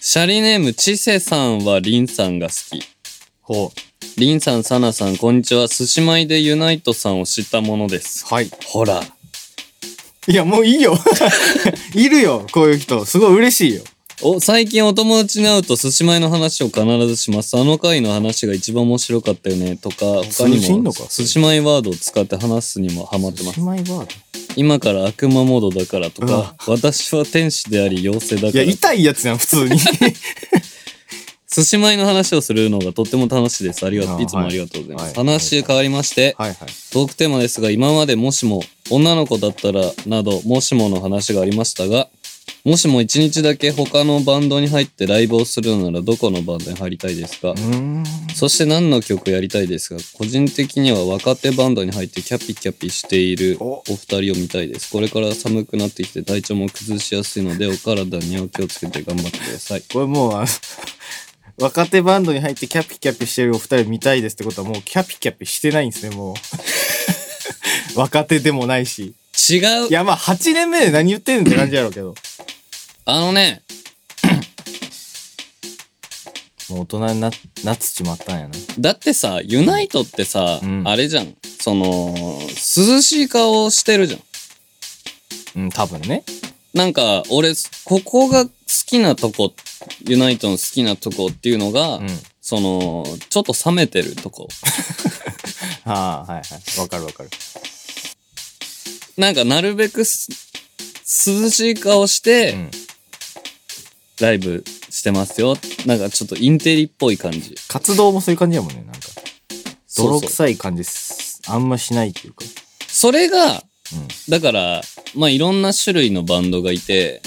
シャリネーム、ちせさんはりんさんが好き。ほりんさん、さなさん、こんにちは。すしまいでユナイトさんを知ったものです。う。はい。ほら。いや、もういいよ。 いるよ、こういう人。すごい嬉しいよ。お、最近お友達に会うと、すしまいの話を必ずします。あの回の話が一番面白かったよね、とか、他通じにんもの、かすしまいワードを使って話すにもハマってします。まいワー今から悪魔モードだからとか、私は天使であり妖精だド。いかや、らとか痛いやつやん、普通に。寿司米の話をするのがとっても楽しいです。ありがとあう。ーいつもありがとうございます。はい話変わりまして、 はいはい。トークテーマですが、今までもしも女の子だったらなど、もしもの話がありましたが、もしも一日だけ他のバンドに入ってライブをするのならどこのバンドに入りたいですか、うーん。そして何の曲やりたいですが、個人的には若手バンドに入ってキャピキャピしているおお二人を見たいです。これから寒くなってきて体調も崩しやすいので、お体には気をつけて頑張ってください。これもう、あの 若手バンドに入ってキャピキャピしてるお二人見たいですってことはもうキャピキャピしてないんですね、もう。 若手でもないし。違ういや、まあ8年目で何言ってんのって感じやろうけど。あのね、もう大人にな、なっちまったんやな。だってさ、ユナイトってさ、うんあれじゃん。その、涼しい顔してるじゃん。うん、多分ね。なんか、俺、ここが好きなとこ、ユナイトの好きなとこっていうのが、うん。その、ちょっと冷めてるとこ。はあ、はいはい。わかるわかる。なんか、なるべくす涼しい顔して、うん。ライブしてますよ。なんか、ちょっとインテリっぽい感じ。活動もそういう感じやもんね、なんか。そ泥うそう臭い感じです。あんましないっていうか。それが、うん。だから、まあ、いろんな種類のバンドがいて、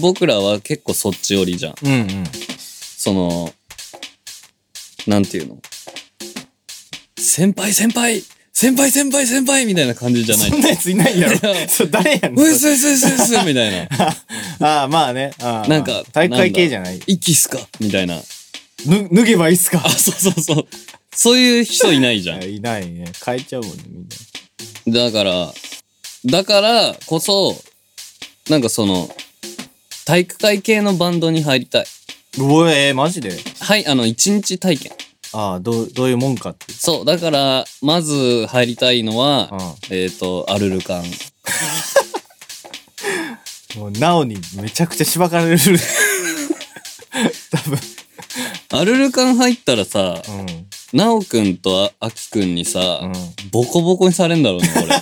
僕らは結構そっち寄りじゃん。うんうん。その、なんていうの先輩先輩先輩先輩先輩みたいな感じじ ゃない。そんなやついないやろいや。そう、誰やねん。うっすうっすうっすうっすみた いな。ああ、まあね。ああなんか体育会系じゃない。息っすかみたいな。ぬ、脱げばいいっすかあ、そうそうそう。そういう人いないじゃん。いないね。変えちゃうもんね、みんな。だから、だからこそ、なんかその、体育会系のバンドに入りたい。うおえー、マジではい、あの、一日体験。ああ、どう、どういうもんかって。そう、だから、まず入りたいのは、うえっ、と、アルルカン。ん。もう、なおにめちゃくちゃしばかれる。アルルカン入ったらさ、うん。うん。なおくんとああきくんにさ、ボコボコにされんだろうね、俺。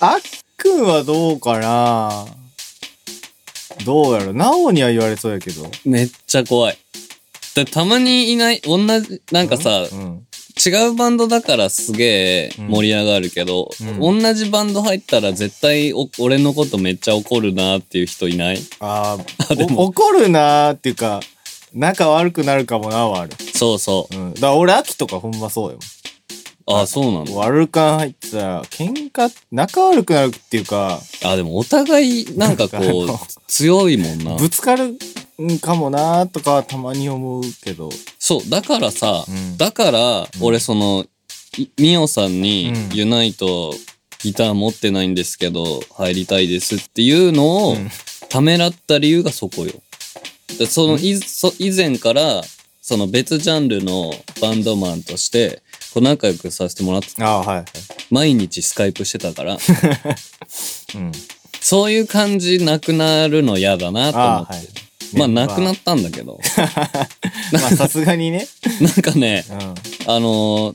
あっくんはどうかなどうやろなおには言われそうやけど。 めっちゃ怖い。でたまにいない、同じ、なんかさ、うん。違うバンドだからすげえうん盛り上がるけど、う同じバンド入ったら絶対お俺のことめっちゃ怒るなっていう人いないああであ、もお怒るなーっていうか、仲悪くなるかもなはある。そうそうん。だから俺、秋とかほんまそうよ。う。あ、そうなの悪感入ってたら、喧嘩、仲悪くなるっていうか、あ、でもお互いなんかこなんかう、強いもんな。ぶつかるんかもなーとかはたまに思うけど。そう、だからさ、うんだから、俺その、いミオさんにう、んユナイト、ギター持ってないんですけど、入りたいですっていうのをうん、ためらった理由がそこよ。でその、い、そ、以前から、その別ジャンルのバンドマンとして、こう仲良くさせてもらって、ああ、はいはい。毎日スカイプしてた から、うん。そういう感じなくなるの嫌だなと思あっあ、はいて。。まあ、なくなっったんだけ ど。まあ、さすがにね。なんかね、う ん。はあのー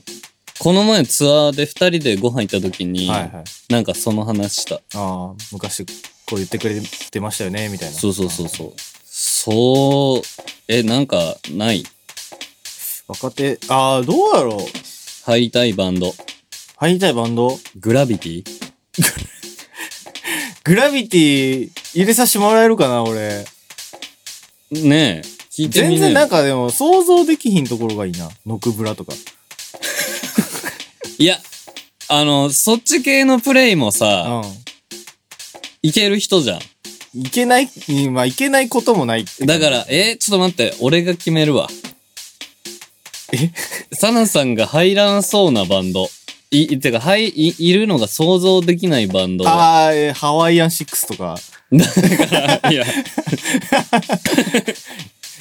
この前ツアーで二人でご飯行った時いに、はい。なんかその話した。ああ、昔こう言ってくれてましたよね、みたいな。そうそうそうそう。そう、え、なんかない若手、ああ、どうやろう入りたいバンド。入りたいバンドグラビティグラビティ入れさせてもらえるかな、俺。ねえ、聞いてみ全なよ然なんかでも想像できひんところがいいな。ノクブラとか。いや、あの、そっち系のプレイもさ、うん。いける人じゃん。いけない、まあ、いけないこともないって感だじから、えちょっと待って、俺が決めるわ。えサナさんが入らんそうなバンド。い、いてか、はい、い、いるのが想像できないバンド。あーえーハワイアンシックスとか。だから、いや。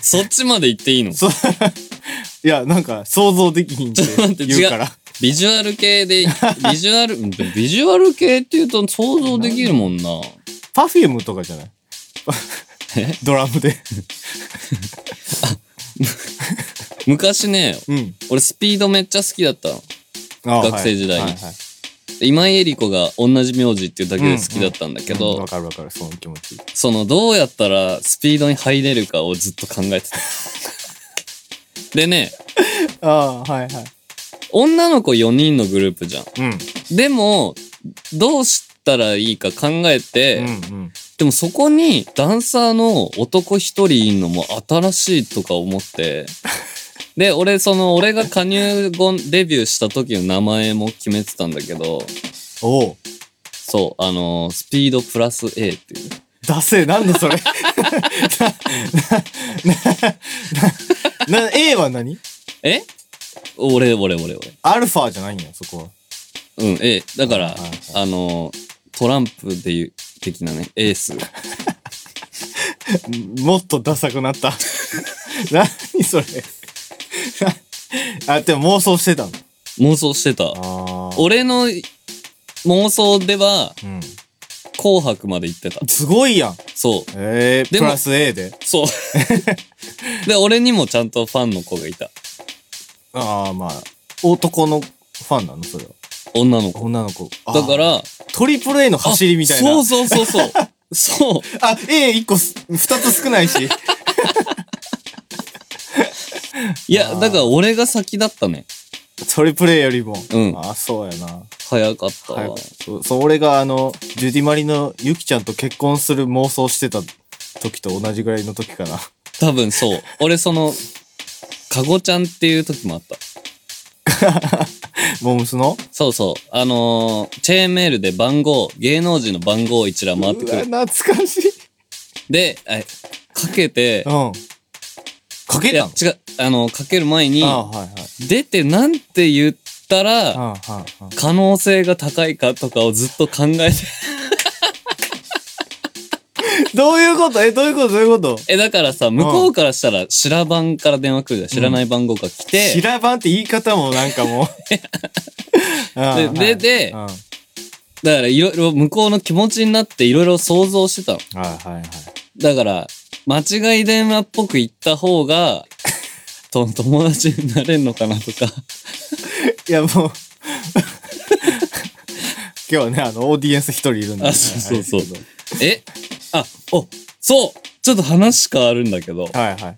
そっちまで行っていいのそう いや、なんか想像できひんってちょっと待って言うから。ビジュアル系で、ビジュアル、うんビジュアル系って言うと想像できるもんな。パフュームとかじゃないえドラムで。昔ね、うん。俺スピードめっちゃ好きだったの。あ学生時代にはいはいはい今井絵理子が同じ名字っていうだけで好きだったんだけど、うんわかるわかる、その気持ち。そのどうやったらスピードに入れるかをずっと考えてた。でね、ああ、はいはい。女の子4人のグループじゃん。うん。でも、どうしたらいいか考えて、うんうん。でもそこにダンサーの男一人いんのも新しいとか思 って。で、俺、その、俺が加入後、デビューした時の名前も決めてたんだけど、おお。そう、あのスピードプラス A っていう。ダセえ、なんだそれ。な、な、な、な、な A は何え俺、俺、俺、俺。アルファじゃないんや、そこは。うん、A。だから、はいはいあのトランプでいう、的なね、エース。もっとダサくなった。何それ。あ、でも妄想してたの。妄想してた。ああ。俺の妄想では、うん。紅白まで行ってた。すごいやん。そう。ええでプもラス A で。 そう。で、俺にもちゃんとファンの子がいた。ああ、まあ、男のファンなのそれは。女の子。女の子。あだーか、ら、トリプル A の走りみたいな。あそうそうそう そう。そう。あ、A1 個す、2つ少ないし。いや、あーだから俺が先だったね。トリプル A よりも。うんあ、そうやな。早かったわ。はい。そう、そう俺があの、ジュディマリのゆきちゃんと結婚する妄想してた時と同じぐらいの時かな。 多分そう。俺その、かごちゃんっていう時もあった。モームスのそうそう。あのーチェーンメールで番号、芸能人の番号一覧回ってくる。うわ懐かしい。で、えかけてう、ん。かけいたやの、違う、あの、かける前にあ、あはいはい。出てなんて言ったら、ああはいはい。可能性が高いかとかをずっと考えて。どういうことえ、 どういうことどういうことえ、だからさ、向こうからしたら、知ら番から電話来るじゃん。知らない番号が来て、知らばんって言い方もなんかも うああ。ではいででうんはいだからいろいろ向こうの気持ちになっていろいろ想像してたの。はいはい。だから、間違い電話っぽく言った方 が、と友達になれんのかなとか。いやもう 今日はねあのオーディエンス一人いるんであそうそうそうあれですえあ、お、そうちょっと話変わるんだけどけ、どはいは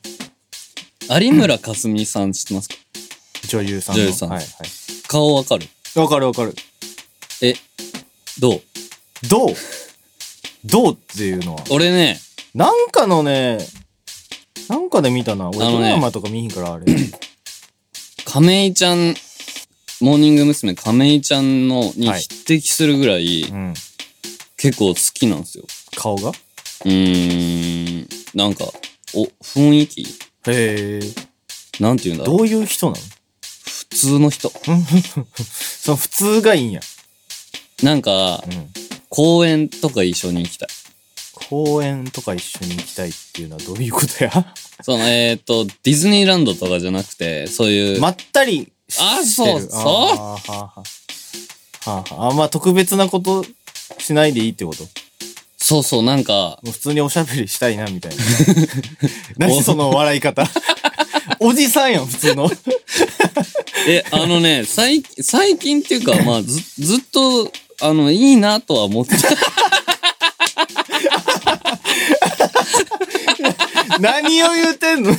い有村架純さん知ってますか女優さんの女優さんはいはい顔わかるわかるわかるえ、どうどうどうっていうのは俺ね、なんかのねなんかで見たなあ俺のドねラマとか見ひんからあれ亀井ちゃん、モーニング娘。亀井ちゃんのにはい匹敵するぐらいうん結構好きなんですよ。顔がうーん、なんか、お、雰囲気へえなんて言うんだろうどういう人なの普通の人。その普通がいいんや、なんかう、ん、公園とか一緒に行きたい。公園とか一緒に行きたいっていうのはどういうことやその、えっ、と、ディズニーランドとかじゃなくて、そういう、まったりしあしてそるうそうあーはあはあはあはああまあ特別なことしないでいいってこともそうそう、なんか、う普通におしゃべりしたいな みたいな何その笑い方おじさんやん普通のえ、あのね、 最近、最近っていうか、まあ、ず、ずっと、あの、いいなとは思って た。何を言うてんの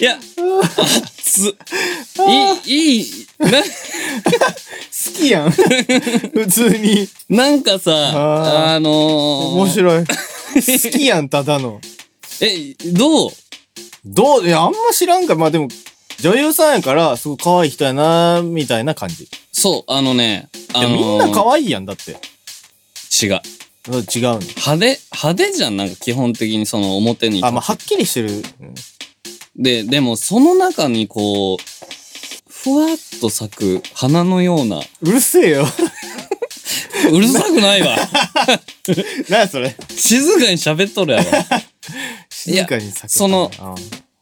いや、熱っいい、いい、好きやん普通にな、なんかさ、ああのー、面白い好きやんただのえ、どうどういやあんま知らんからまあでも女優さんやからすごい可愛い人やなみたいな感じ、そう、あのね、あのいやー、みんな可愛いやんだって違う。うん違うの派手、派手じゃん、なんか基本的にその表に。あまあはっきりしてるうんで、でもその中にこう、ふわっと咲く花のような、うるせえよ。 うるさくないわ。何それ静かに喋っとるやろ。静かに叫ぶそのああ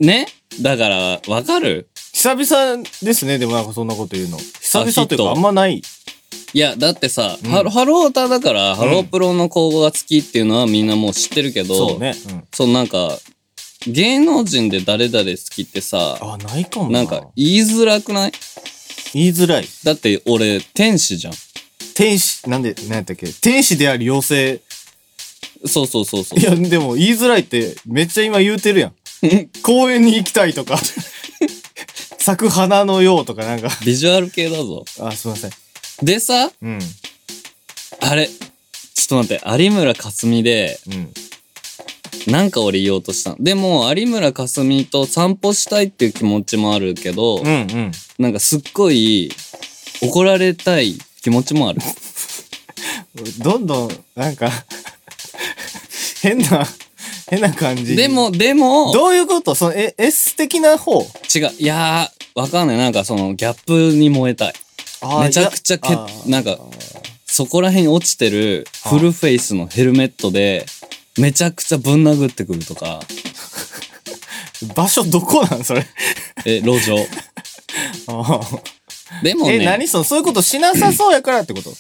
ねだから、わかる久々ですねでもなんかそんなこと言うの久々というかああヒットんまないいや、だってさ、うんハロハロータだから、ハロープロの口語が好きっていうのはみんなもう知ってるけど、そうね、うん、そうなんか、芸能人で誰々好きってさ、あないかもななんか言いづらくない言いづらいだって俺、天使じゃん。天使なんで何やったっけ天使であり妖精そうそうそうそうい。やでも言いづらいってめっちゃ今言うてるやん公園に行きたいとか 咲く花のようとかなんかビジュアル系だぞ。あすいませんでさ、うんあれ、ちょっと待って、有村架純で、うんなんか俺言おうとしたの。でも、有村架純と散歩したいっていう気持ちもあるけど、うんうんなんかすっごい怒られたい気持ちもある。どんどんなんか 変な変な感じでも、でも、どういうことそのえ S 的な方違う。いやー、わかんない。なんかそのギャップに燃えたい。あーめちゃくちゃけいやあーなんかそこら辺に落ちてるフルフェイスのヘルメットで、めちゃくちゃぶん殴ってくるとか、場所どこなんそれえ、路上。あーでもえね、何そのそういうことしなさそうやからってこと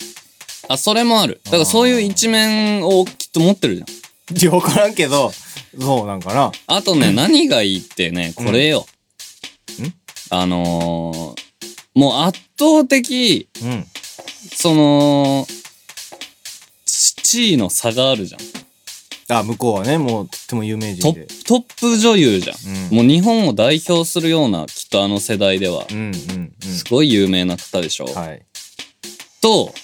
あ、それもある。だからそういう一面をきっと持ってるじゃん。 いや分からんけどそうなんかなあとね、何がいいってね、これよ。うんあのー、もう圧倒的、うんその、ち地位の差があるじゃん。あ向こうはねもうとっても有名ト人ッでプ、トップ女優じゃん。うんもう日本を代表するような、きっとあの世代では、うんうんすごい有名な方でしょ。うんはいと、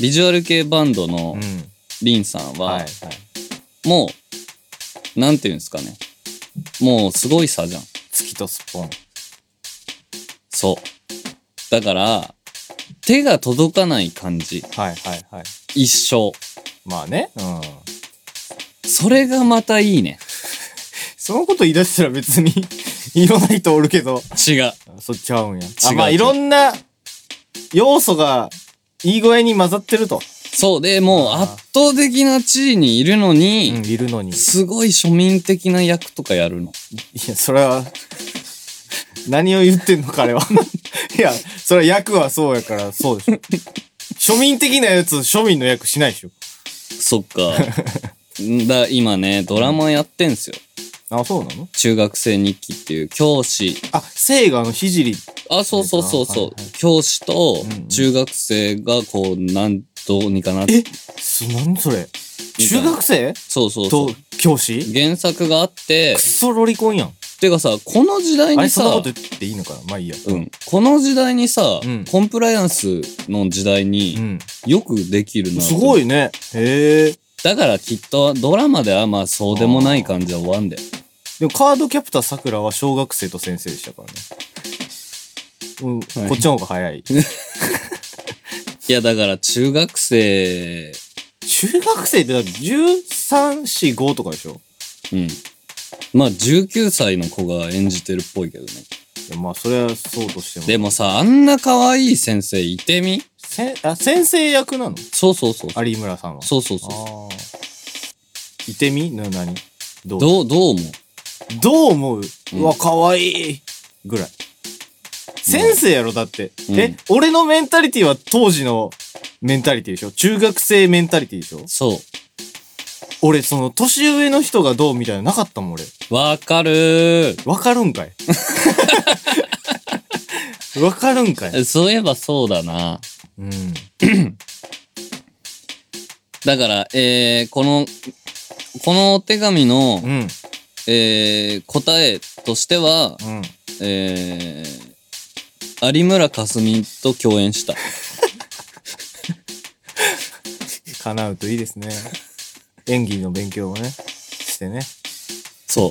ビジュアル系バンドのうんリンさんは、はいはいもう、なんていうんですかね。もうすごい差じゃん。月とスッポンそう。だから、手が届かない感じ。はいはいはい一生。まあねうんそれがまたいいね。そのこと言い出したら別に いろんな人おるけど違う。そっちゃうんや違あうまあ違ういろんな要素がいい具合に混ざってると、そう。で、もうあー圧倒的な地位にいるのうに、ん、いるのにいすごい庶民的な役とかやるの。やそれは何を言ってんの彼 はいやそれは役はそうやからそうでしょ庶民的なやつ庶民の役しないでしょそっ か。んだ、今ね、ドラマやってんすよ。あそうなの中学生日記っていう教師。あ聖があの聖あ、そうそうそうそう。はいはい教師とうんうん中学生がこう、なん、どうにかなって。えす何それ中学生そうそうそとう。教師原作があってク、ソロリコンやんてかさ、この時代あにれそんなさこ、と言っていいのかなまあいいやうん、この時代にさ、うんコンプライアンスの時代うにんよくできるなとすごいねへえだからきっとドラマではまあそうでもない感じは終わんででもカードキャプターさくらは小学生と先生でしたからね。うん、はいこっちの方が早い。いやだから中学生中学生ってだって13、4、5とかでしょうんまあ19歳の子が演じてるっぽいけどねいやまあ、それはそうとしても。でもさあんな可愛い先生いてみせんあ、先生役なのそうそうそう有村さんは。そうそうそあーいてみな、なにどううどどううどう思う思ううんうわ、かわいいぐらい。先生やろだって。うんえ、俺のメンタリティは当時のメンタリティでしょ中学生メンタリティでしょそう俺、その、年上の人がどうみたいなのなかったもん、俺。わかるーわかるん かいわかるんかいえそういえばそうだなうん。だから、えー、この、このお手紙のう、ん。えー、答えとしては、うん。えー、有村架純と共演した。叶うといいですね。 演技の勉強をね、してね。そう。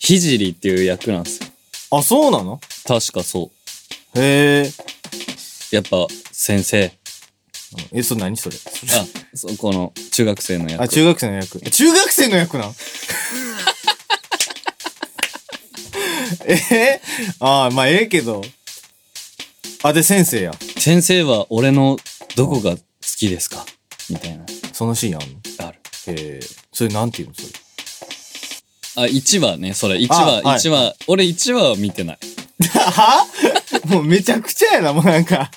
ひじりっていう役なんですよ。あ、そうなの確かそう。へえ。やっぱ、先生。え、それ何それそれあ、そう、この、中学生の役。あ、中学生の役。え中学生の役なん えああ、まあええけど。あ、で、先生や。先生は俺のどこが好きですかみたいな。そのシーンあんのある。へえ。それなんていうのそれ。あ、1話ね、それ。1話、あはい1話。俺1話は見てない。はもうめちゃくちゃやな、もうなんか。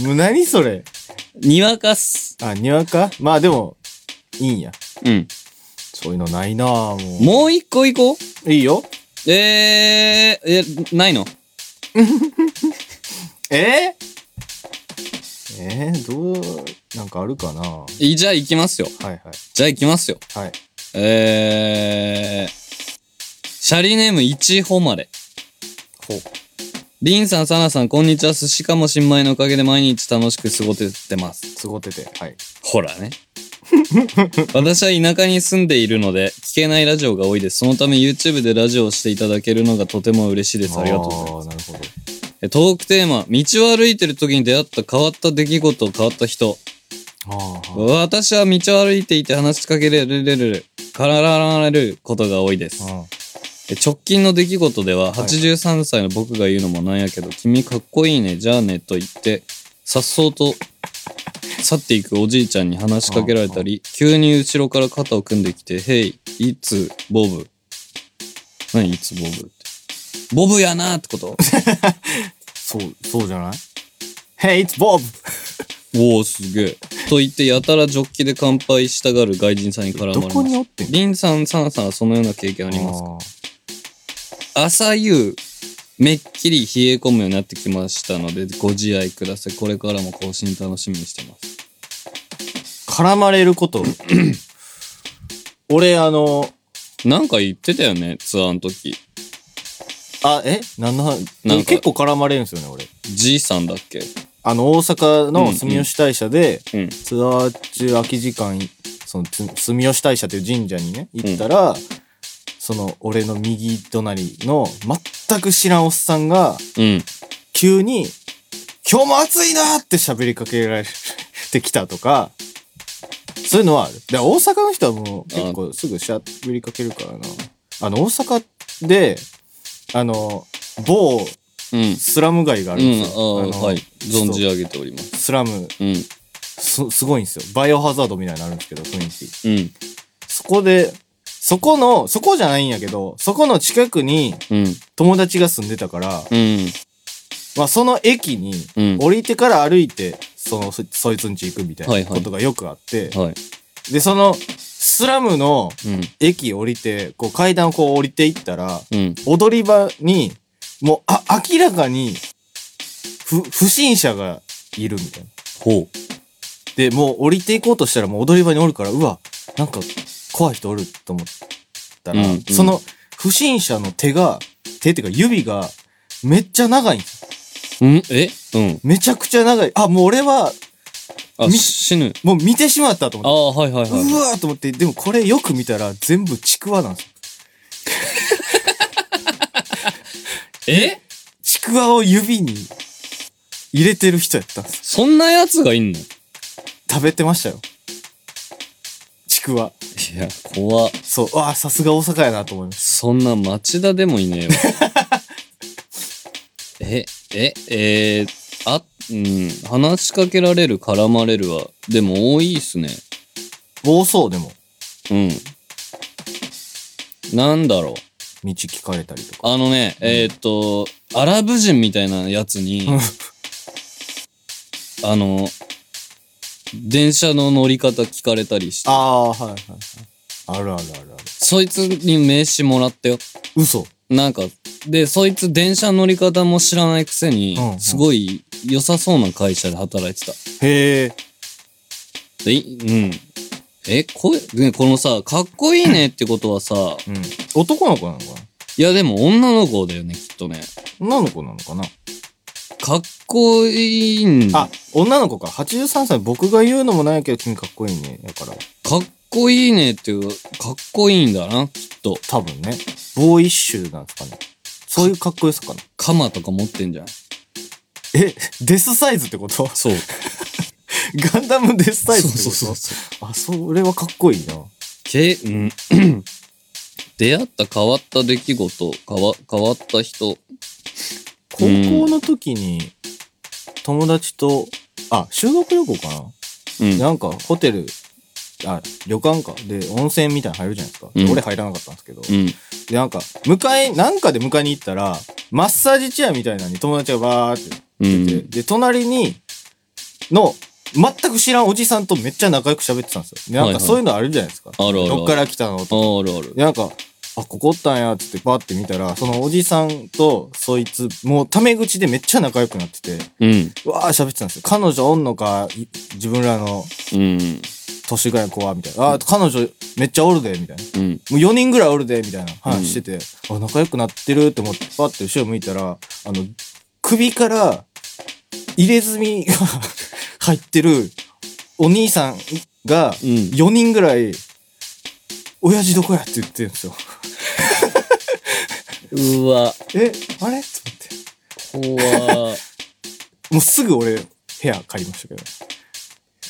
もう何それ。にわかっす。あ、にわかまあでも、いいんや。うん。そういうのないなぁ、もう。もう一個行こういいよ。えー、え、ないのえー、えー、どう、なんかあるかなはいじゃあ行きますよ。いはい。じゃあ行きますよ。はい。えー、シャリネーム1ホマレ。ほう。リンさん、サナさん、こんにちは。寿司かも新米のおかげで毎日楽しく過ごせてます。すごってて。はい。ほらね。 私は田舎に住んでいるので、聞けないラジオが多いです。そのため YouTube でラジオをしていただけるのがとても嬉しいです。ありがとうございます。あーなるほど。えトークテーマ、道を歩いてる時に出会った変わった出来事、変わった人。あーは私は道を歩いていて話しかけられる、からられることが多いです。あえ直近の出来事では、はい83歳の僕が言うのもなんやけど、君かっこいいね、じゃあね、と言って、さっそうと去っていくおじいちゃんに話しかけられたり、急に後ろから肩を組んできて、へい、いつ、ボブ。何、いつ、ボブって。ボブやなってこと そう、そうじゃない ?Hey, it's Bob! おお、すげえ。と言って、やたらジョッキで乾杯したがる外人さんに絡まれどまこにす。おってんのリンさん、サナさんはそのような経験ありますか朝夕、めっきり冷え込むようになってきましたので、ご自愛ください。これからも更新楽しみにしてます。絡まれること。 俺、あの、なんか言ってたよね、ツアーの時。あ、え何の話なんか結構絡まれるんですよね、俺。じいさんだっけあの、大阪うんうのん住吉大社で、うん。ツアー中空き時間そのつ住吉大社という神社にね行ったら、その俺の右隣の全く知らんおっさんがうん。急に「今日も暑いな!」って喋りかけられてきたとかそういうのはあるで大阪の人はもう結構すぐ喋りかけるからなあの大阪であの某うん。スラム街があうるんん。であすよ、ああのはい。ちょ存っとじ上げております。スラムうん。すすごいんですよバイオハザードみたいになるんですけど雰囲気うん。そこで、そこの、そこじゃないんやけど、そこの近くにうん。友達が住んでたから、うん。まあその駅にうん。降りてから歩いて、その、そそいつんち行くみたはいいはないことがよくあって、はい。で、その、スラムのうん。駅降りて、こう階段をこう降りていったら、うん。踊り場に、もう、あ、明らかに、不、不審者がいるみたいな。ほで、もう降りていこうとしたらもう踊り場におるから、うわ、なんか怖い人おると思ったら、うんうんその不審者の手が、手っていうか指がめっちゃ長いんですよう。んえうん。めちゃくちゃ長い。あ、もう俺はあ、み死ぬ。もう見てしまったとあ思って。あ、はいはいはうい。わーと思って、でもこれよく見たら全部ちくわなんですよ。えちくわを指に入れてる人やったんですそよ。んなやつがいんのい食べてましたよ。ちくわ。や、怖っ。そう。ああ、さすが大阪やなと思いました。そんな町田でもいね えわ。え、え、えーあ、うん、話しかけられる、絡まれるは、でも多いっすね。多そうでも、うん。なんだろう。道聞かれたりとか。あのね、うんえーっと、アラブ人みたいなやつにうん、あの、電車の乗り方聞かれたりして、ああー、はいはいはい。あるあるあるある。そいつに名刺もらったよ。嘘。なんか、で、そいつ電車乗り方も知らないくせに、うんうんすごい良さそうな会社で働いてた。へえ。で、いうん。え、こ、ね、このさ、かっこいいねってことは さ、うん。男の子なのかいやでも女の子だよね、きっとね。な女の子なのかな、かっこいいん、かあ、女の子か。83歳、僕が言うのもないけど、君かっこいいね。だから、っこいいねっていう、かっこいいんだな、きっと。多分ね、ボーイッシュなんですかね。そういうかっこよさかな。鎌とか持ってんじゃん。え、デスサイズってこと そう。ガンダムデスサイズってこと。そうそうそうあ、それはかっこいいな。け、うん。 出会った変わった出来事、変わ、変わった人。高校の時に、友達と、あ、修学旅行かなうん。なんかホテル、あ、旅館か。で、温泉みたいなの入るじゃないですか。でうん俺入らなかったんですけど。うん。で、なんか、迎え、なんかで迎えに行ったら、マッサージチェアみたいなのに友達がバーってう出て、ん。で、隣に、の、全く知らんおじさんとめっちゃ仲良く喋ってたんですよ。で、なんはいかはいそういうのあるじゃないですか。あるあるどっから来たのとか。あるある。で、なんか、あ、ここおったんや、つってバーって見たら、そのおじさんとそいつ、もうタメ口でめっちゃ仲良くなってて、うん。わー喋ってたんですよ。彼女おんのか、い自分らのうん。年ぐらいの子は、みたいな。あー、彼女めっちゃおるで、みたいな。うん。もう4人ぐらいおるで、みたいな話してて、あ、仲良くなってるって思って、パッて後ろ向いたら、あの、首から入れ墨が 入ってるお兄さんが、うん。 4人ぐらい、親父どこやって言ってるんですよ。うわ、え、あれと思って。怖。もうすぐ俺、部屋借りましたけど。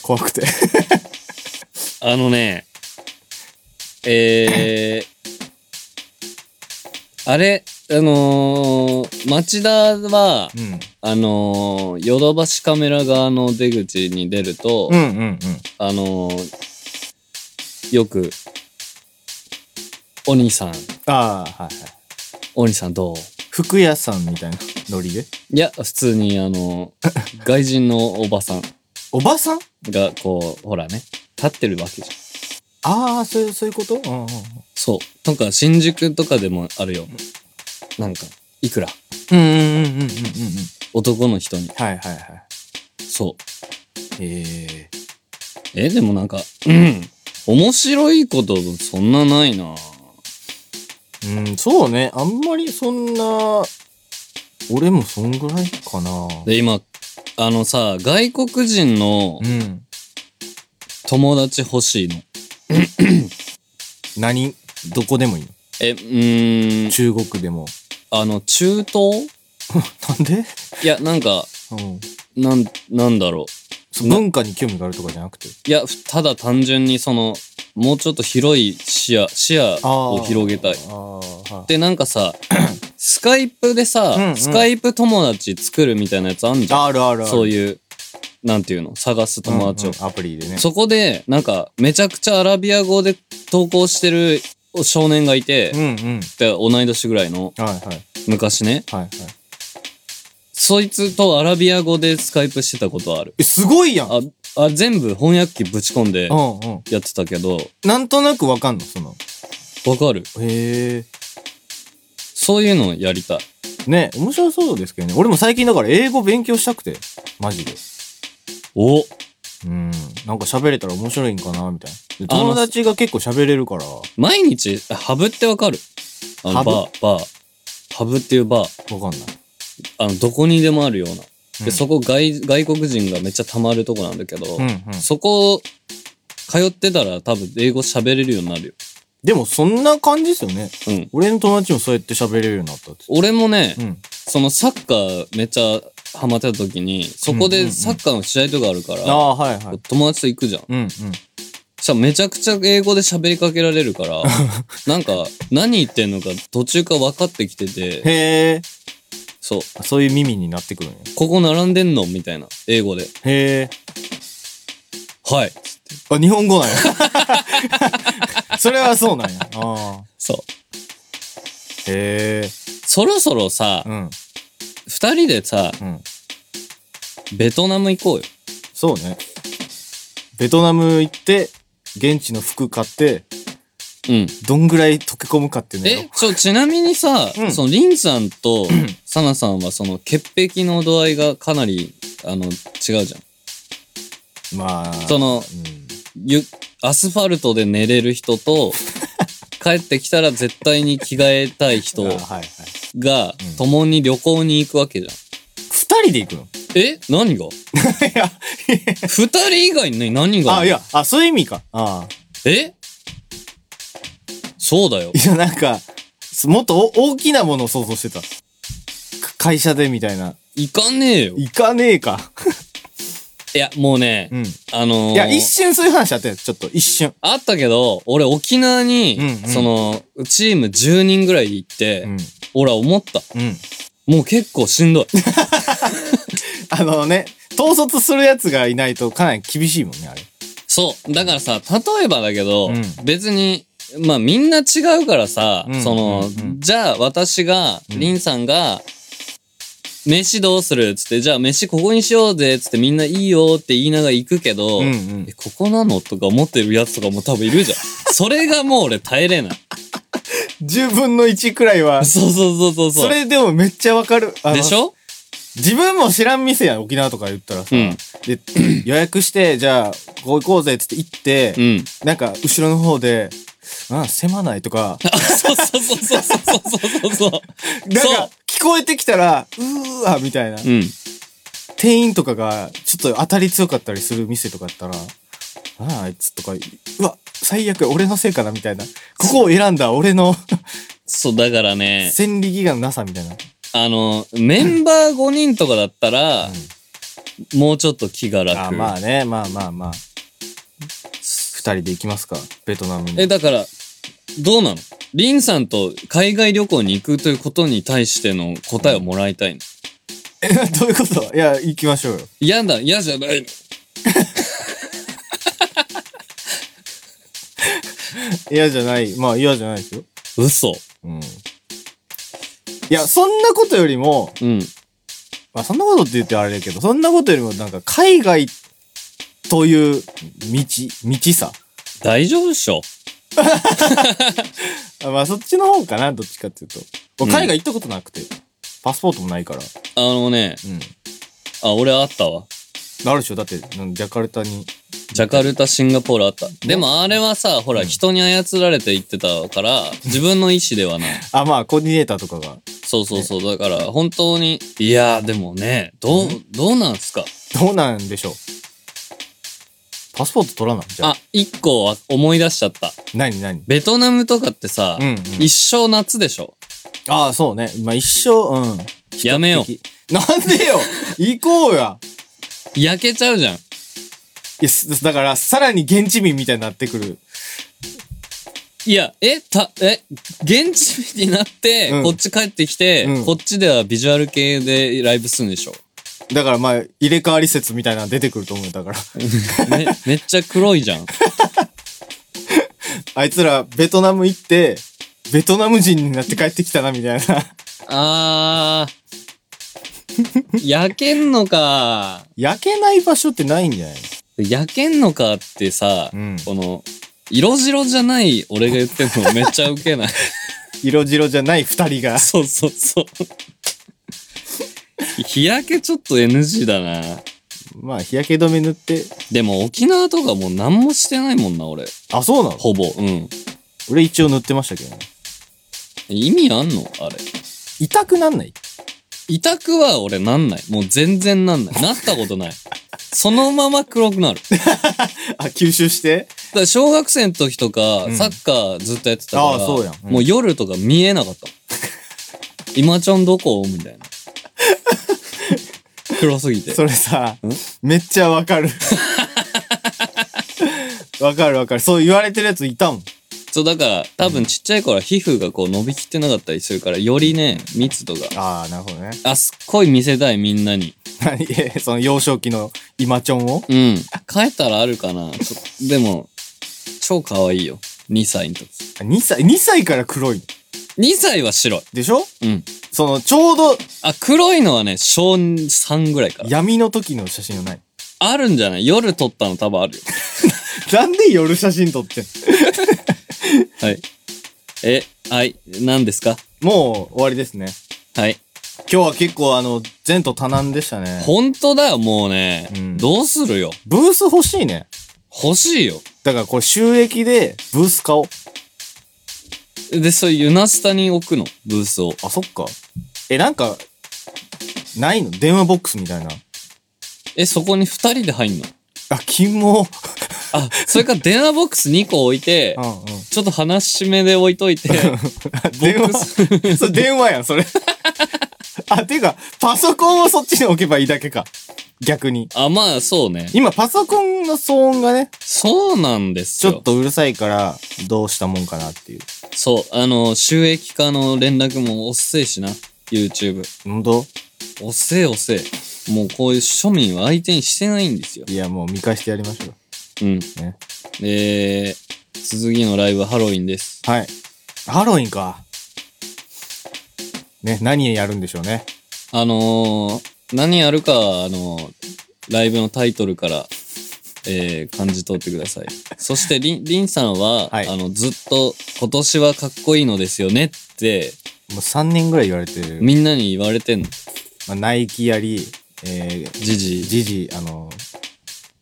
怖くて。あのね、えー、あれ、あのー、町田は、うん。あのー、ヨドバシカメラ側の出口に出ると、うんうんうん。あのー、よく、お兄さん、ああ、はいはい。お兄さんどう服屋さんみたいなノリで。いや、普通にあの ー、外人のおばさんおばさんが、こう、ほらね、立ってるわけじゃん。ああ、そういう、そういうことうんうんうん。そう。なんか新宿とかでもあるよ。なんか、いくらうんうんうんうんうんうん。男の人に。はいはいはい。そう。えええ、でもなんか、うん。面白いことそんなないなうん、そうね。あんまりそんな、俺もそんぐらいかな。で、今、あのさ、外国人のうん。友達欲しいの。何どこでもいいのえ、うーん、中国でも。あの、中東なんでいや、なんか、うん。なん、なんだろそう文化に興味があるとかじゃなくて。う。いや、ただ単純にその、もうちょっと広い視野、視野を広げたい。ああ、はい。で、なんかさ、 スカイプでさ、うんうんスカイプ友達作るみたいなやつあんじゃん。あるあるある。そういういう、なんていうの、探す友達を。アプリでね。そこで、なんか、めちゃくちゃアラビア語で投稿してる少年がいて、うんうん。で同い年ぐらいの、はいはい。昔ね、はいはい。そいつとアラビア語でスカイプしてたことある。え、すごいやんあ、あ全部翻訳機ぶち込んでうんうん。やってたけど、なんとなくわかんのその。わかる。へえ。そういうのやりたい。ね、面白そうですけどね。俺も最近だから英語勉強したくて。マジで。おうん。なんか喋れたら面白いんかな、みたいな。であの友達が結構喋れるから。わ毎日、ハブってわかるあの、ハブバー、バー。ハブっていうバー。かんない。あの、どこにでもあるような。うで、んそこ外、外国人がめっちゃ溜まるとこなんだけど、うんうん。そこ、通ってたら多分英語喋れるようになるよ。でもそんな感じですよね。うん。俺の友達もそうやって喋れるようになったって。俺もね、うん。そのサッカーめっちゃハマってた時に、そこうんうんうでんサッカーの試合とかあるから、ああ、はいはい。友達と行くじゃん。うんうん。さ、めちゃくちゃ英語で喋りかけられる から、なんか、何言ってんのか途中から分かってきてて、へえ。そう、そういう耳になってくるんや。ここ並んでんのみたいな、英語で。へえ。はい。あ、日本 語なんや。 それはそうなんや。ああ。そう。へえ。そろそろさう、ん。二、人でさ、うん。ベトナム行こうよ。そうね。ベトナム行って、現地の服買って、うん。どんぐらい溶け込むかっていうのやろえ、ちょ、ちなみにさ、うんその、リンさん と、サナさんは、その、潔癖の度合いがかなり、あの、違うじゃん。まあ。その、うん。ゆ、アスファルトで寝れる人 と、帰ってきたら絶対に着替えたい人あはいはい。がう、ん共に旅行に行くわけじゃん。二人で行くのえ何がいや、二人以外に何があ、いや、あ、そういう意味か。ああ。 えそうだよ。いや、なんか、すもっとお大きなものを想像してた。か会社でみたいな。行かねえよ。行かねえか。いや、もうね、 うん。いあのー、や、一瞬そういう話あったよ。ちょっと一瞬。あったけど、俺沖縄に、うんうんその、チーム10人ぐらいで行って、うん。俺は思った。うん。もう結構しんどい。あのね、統率するやつがいないとかなり厳しいもんね、あれ。そう。だからさ、例えばだけど、うん別に、まあみんな違うからさ、うんその、うんうんじゃあ私が、うんリンさんが、飯どうするっつって、じゃあ飯ここにしようぜっつってみんないいよって言いながら行くけど、うんうんえ、ここなのとか思ってるやつとかも多分いるじゃん。それがもう俺耐えれ ない。 10分の1くらいは。そうそうそうそうそう。それでもめっちゃわかる。あのでしょ自分も知らん店やん、沖縄とか言ったらさ。うんで、 予約して、じゃあ、ここ行こうぜっつって行って、うん。なんか、後ろの方で、あ、狭ないとか、あ そうそうそうそうそうそうそうそう。なんか、聞こえてきたら、うーわ、みたいな。うん。店員とかが、ちょっと当たり強かったりする店とかあったら、ああ、あいつとか、うわ、最悪、俺のせいかな、みたいな。ここを選んだ俺のそう、だからね、戦力がなさみたいな。あの、メンバー5人とかだったら、もうちょっと気が楽。ああまあね、まあまあまあ。二人で行きますか、ベトナムに。え、だから、どうなのリンさんと海外旅行に行くということに対しての答えをもらいたいの。え、 どういうこといや、行きましょうよ。嫌、だ、嫌じゃないの。嫌じゃない。まあ嫌じゃないですよ。嘘。うん。いや、そんなことよりも、うん。まあそんなことって言ってあれだけど、そんなことよりもなんか海外という道、道さ。大丈夫っしょあまあそっちの方かな、どっちかっていうと。うん俺海外行ったことなくて、パスポートもないから。うあのね、ん。あ、俺あったわ。あるでしょだって、なんジャカルタに。ジャカルタ、シンガポールあった。でもあれはさ、ほら、人に操られて行ってたから、自分の意思ではない。あ、まあコーディネーターとかが。そうそうそう。だから、本当に、いやー、でもね、どう、どうなんすかどうなんでしょうパスポート取らないじゃあ。あ、一個は思い出しちゃった。何何ベトナムとかってさ、うんうん一生夏でしょああ、そうね。まあ一生、うん。やめよう。なんでよ行こうや焼けちゃうじゃん。いや、すだから、さらに現地民みたいになってくる。いや、え、た、え、現地になって、うんこっち帰ってきて、うんこっちではビジュアル系でライブするんでしょだからまあ、入れ替わり説みたいなの出てくると思うよだから。 め、めっちゃ黒いじゃん。あいつら、ベトナム行って、ベトナム人になって帰ってきたな、みたいな。あ ー。 焼けんのか。焼けない場所ってないんじゃない焼けんのかってさ、うんこの、色白じゃない俺が言ってるのめっちゃウ ケない。色白じゃない二人 が。そうそうそう。日焼けちょっと NG だな。まあ、日焼け止め塗って。でも沖縄とかもう何もしてないもんな、俺。あ、そうなのほぼ。うん。俺一応塗ってましたけどね。意味あんのあれ。痛くなんない委託は俺なんない。もう全然なんない。なったことない。そのまま黒くなる。だかあ、吸収してら小学生の時とか、んサッカーずっとやってたから、ああそうやんうんもう夜とか見えなか ったもん。今ちゃんどこみたいな。黒すぎて。それさん、めっちゃわかる。わかるわかる。そう言われてるやついたもん。そう、だから、多分ちっちゃい頃は皮膚がこう伸びきってなかったりするから、よりね、密度が。ああ、なるほ どね。あ、すっごい見せたい、みんなに。何えその幼少期の今ちょんをうん。帰ったらあるかな。ちょでも、超可愛いよ。2歳の時。あ ?2 歳、2歳から黒い。 2歳は白い。でしょうん。その、ちょうどあ、黒いのはね、小3ぐらいから。闇の時の写真はない。あるんじゃない夜撮ったの多分あるよ。 なんで夜写真撮ってんはい。え、はい、何ですかもう終わりですね。はい。今日は結構あの、前途多難でしたね。本当だよ、もうね。うんどうするよ。ブース欲しいね。欲しいよ。だからこれ収益でブース買おう。で、そういうユナスタに置くの、ブースを。あ、そっか。え、なんか、ないの電話ボックスみたいな。え、そこに2人で入んのあ、金も。あ、それから電話ボックス2個置いて う、んうん。ちょっと話し目で置いといて、 電ボッ話。 それ電話やん、それ。あ、ていうか、パソコンをそっちに置けばいいだけか。逆に。あ、まあそうね。今、パソコンの騒音がね、そうなんですちよ。ょっとうるさいから、どうしたもんかなっていう。そう、あの、収益化の連絡も遅いしな、YouTube。ほんとおせえおせえ。もうこういう庶民は相手にしてないんですよ。いや、もう見返してやりましょう。うん。ねで、続きのライブはハロウィンです。はい。ハロウィンか。ね、何やるんでしょうね。あのー、何やるか、あのーライブのタイトルから、えー、感じ取ってください。そして、りん、りんさんは、はいあの、ずっと、今年はかっこいいのですよねって、もう3年ぐらい言われてる。みんなに言われてんの。まあ、ナイキやり、えー、じじい。ジジ、あの、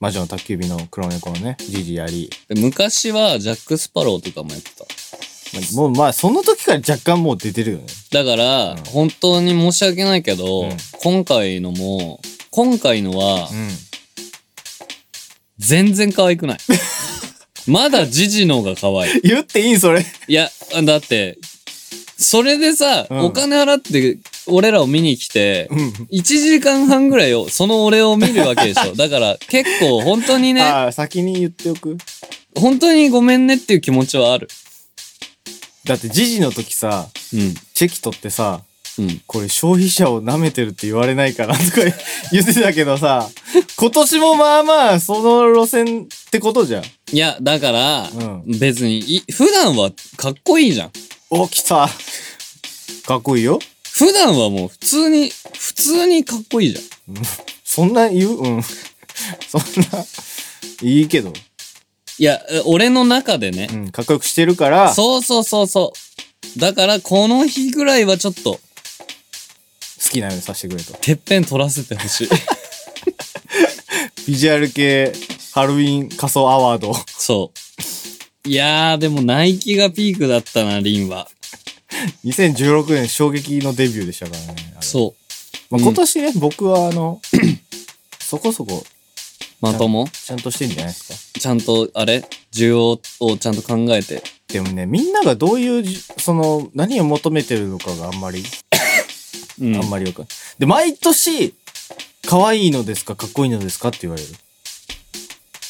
魔女の宅急便の黒猫のね、ジジやり。で昔は、ジャック・スパローとかもやってた。まあもうまあ、その時から若干もう出てるよね。だから、うん本当に申し訳ないけど、うん今回のも、今回のは、う全然可愛 くない。まだジジの方が可愛い。ん。 言っていいんそれ。いや、だって、それでさ、うんお金払って、俺らを見に来て、うん。 1時間半ぐらいを、その俺を見るわけでし ょ。だから、結構、本当にね、ああ、先に言っておく。本当にごめんねっていう気持ちはある。だって、ジジの時さ、うん。チェキ取ってさ、うん。これ消費者を舐めてるって言われないかなとか 言ってたけどさ、今年もまあまあ、その路線ってことじゃん。いや、だから、う別にい、普段はかっこいいじゃん。お、来た。かっこいいよ。普段はもう普通に、普通にかっこいいじゃん。そんな言ううん。 そんな、いいけど。いや、え俺の中でねう。ん、かっこよくしてるから、そ好うそうそうそう。だから、この日ぐらいはちょっと、きなようにさせてくれと。てっぺん取らせてほしい。ビジュアル系、ハロウィン仮装アワード。 そう。いやー、でもナイキがピークだったな、リンは。 2016年衝撃のデビューでしたからね。あれそまあ、うん今年ね、僕はあの、 そこそこう。まともちゃんとしてんじゃないですか。ちゃんと、あれ需要をちゃんと考えて。でもね、みんながどういうじ、その、何を求めてるのかがあんまり、うん。あんまりよくない。で、毎年、可愛いのですか、かっこいいのですかって言われる。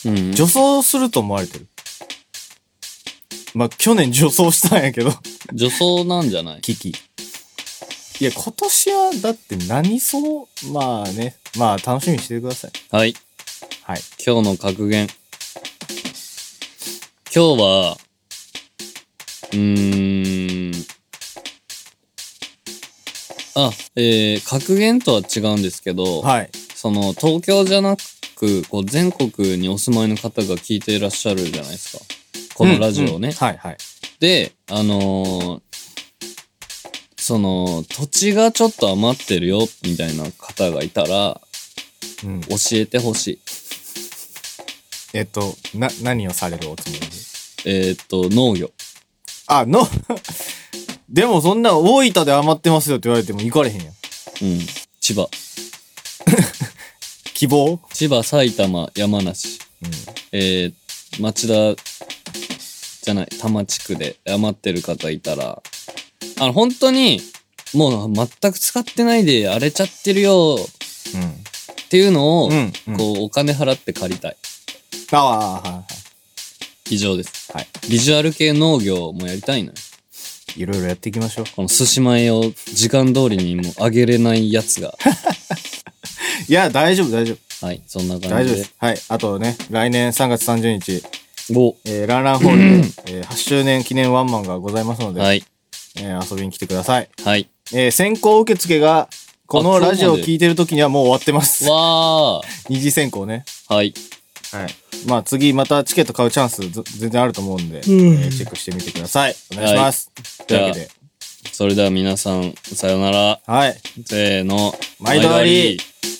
うん、女装すると思われてる。まあ、去年 女装したんやけど、女装なんじゃないキキ。いや、今年は、だって何そう、まあね、まあ楽しみにしててください。はい。はい。今日の格言。今日は、うーん。あ、えー、格言とは違うんですけど、はい。その、東京じゃなく、こう、全国にお住まいの方が聞いていらっしゃるじゃないですか。このラジオをうんね。うんはいはい。で、あのーその、土地がちょっと余ってるよ、みたいな方がいたら、うん。教えてほしい。えっと、な、何をされるおつもりでえーっと、農業。あ、の、 でもそんな大分で余ってますよって言われても行かれへんやん。うん。千葉。希望千葉、埼玉、山梨。うえー、町田、じゃない、多摩地区で余ってる方いたら、あの、本当に、もう全く使ってないで荒れちゃってるよん。っていうのを、うん。うん。うん。こう、お金払って借りたい。ああ、はいは以上です。はい。ビジュアル系農業もやりたいのよ。い。いろいろやっていきましょう。この寿司米を時間通りにもうあげれないやつ が。いや、大丈夫、大丈夫。はい、そんな感大じ丈夫でで。す。はい。あとね、来年3月30日、おえーランランホールで、えー8周年記念ワンマンがございますので、はい、えー遊びに来てください。はい。えー先行受付が、こあの今日までラジオを聞いてる時にはもう終わってます。わ二次選考ね。ー。はい。はい。まあ次またチケット買うチャンスず全然あると思うんで、えーチェックしてみてください。お願いします。というわけで。それでは皆さん、さよなら。はい。せーの。毎度あ毎り度あり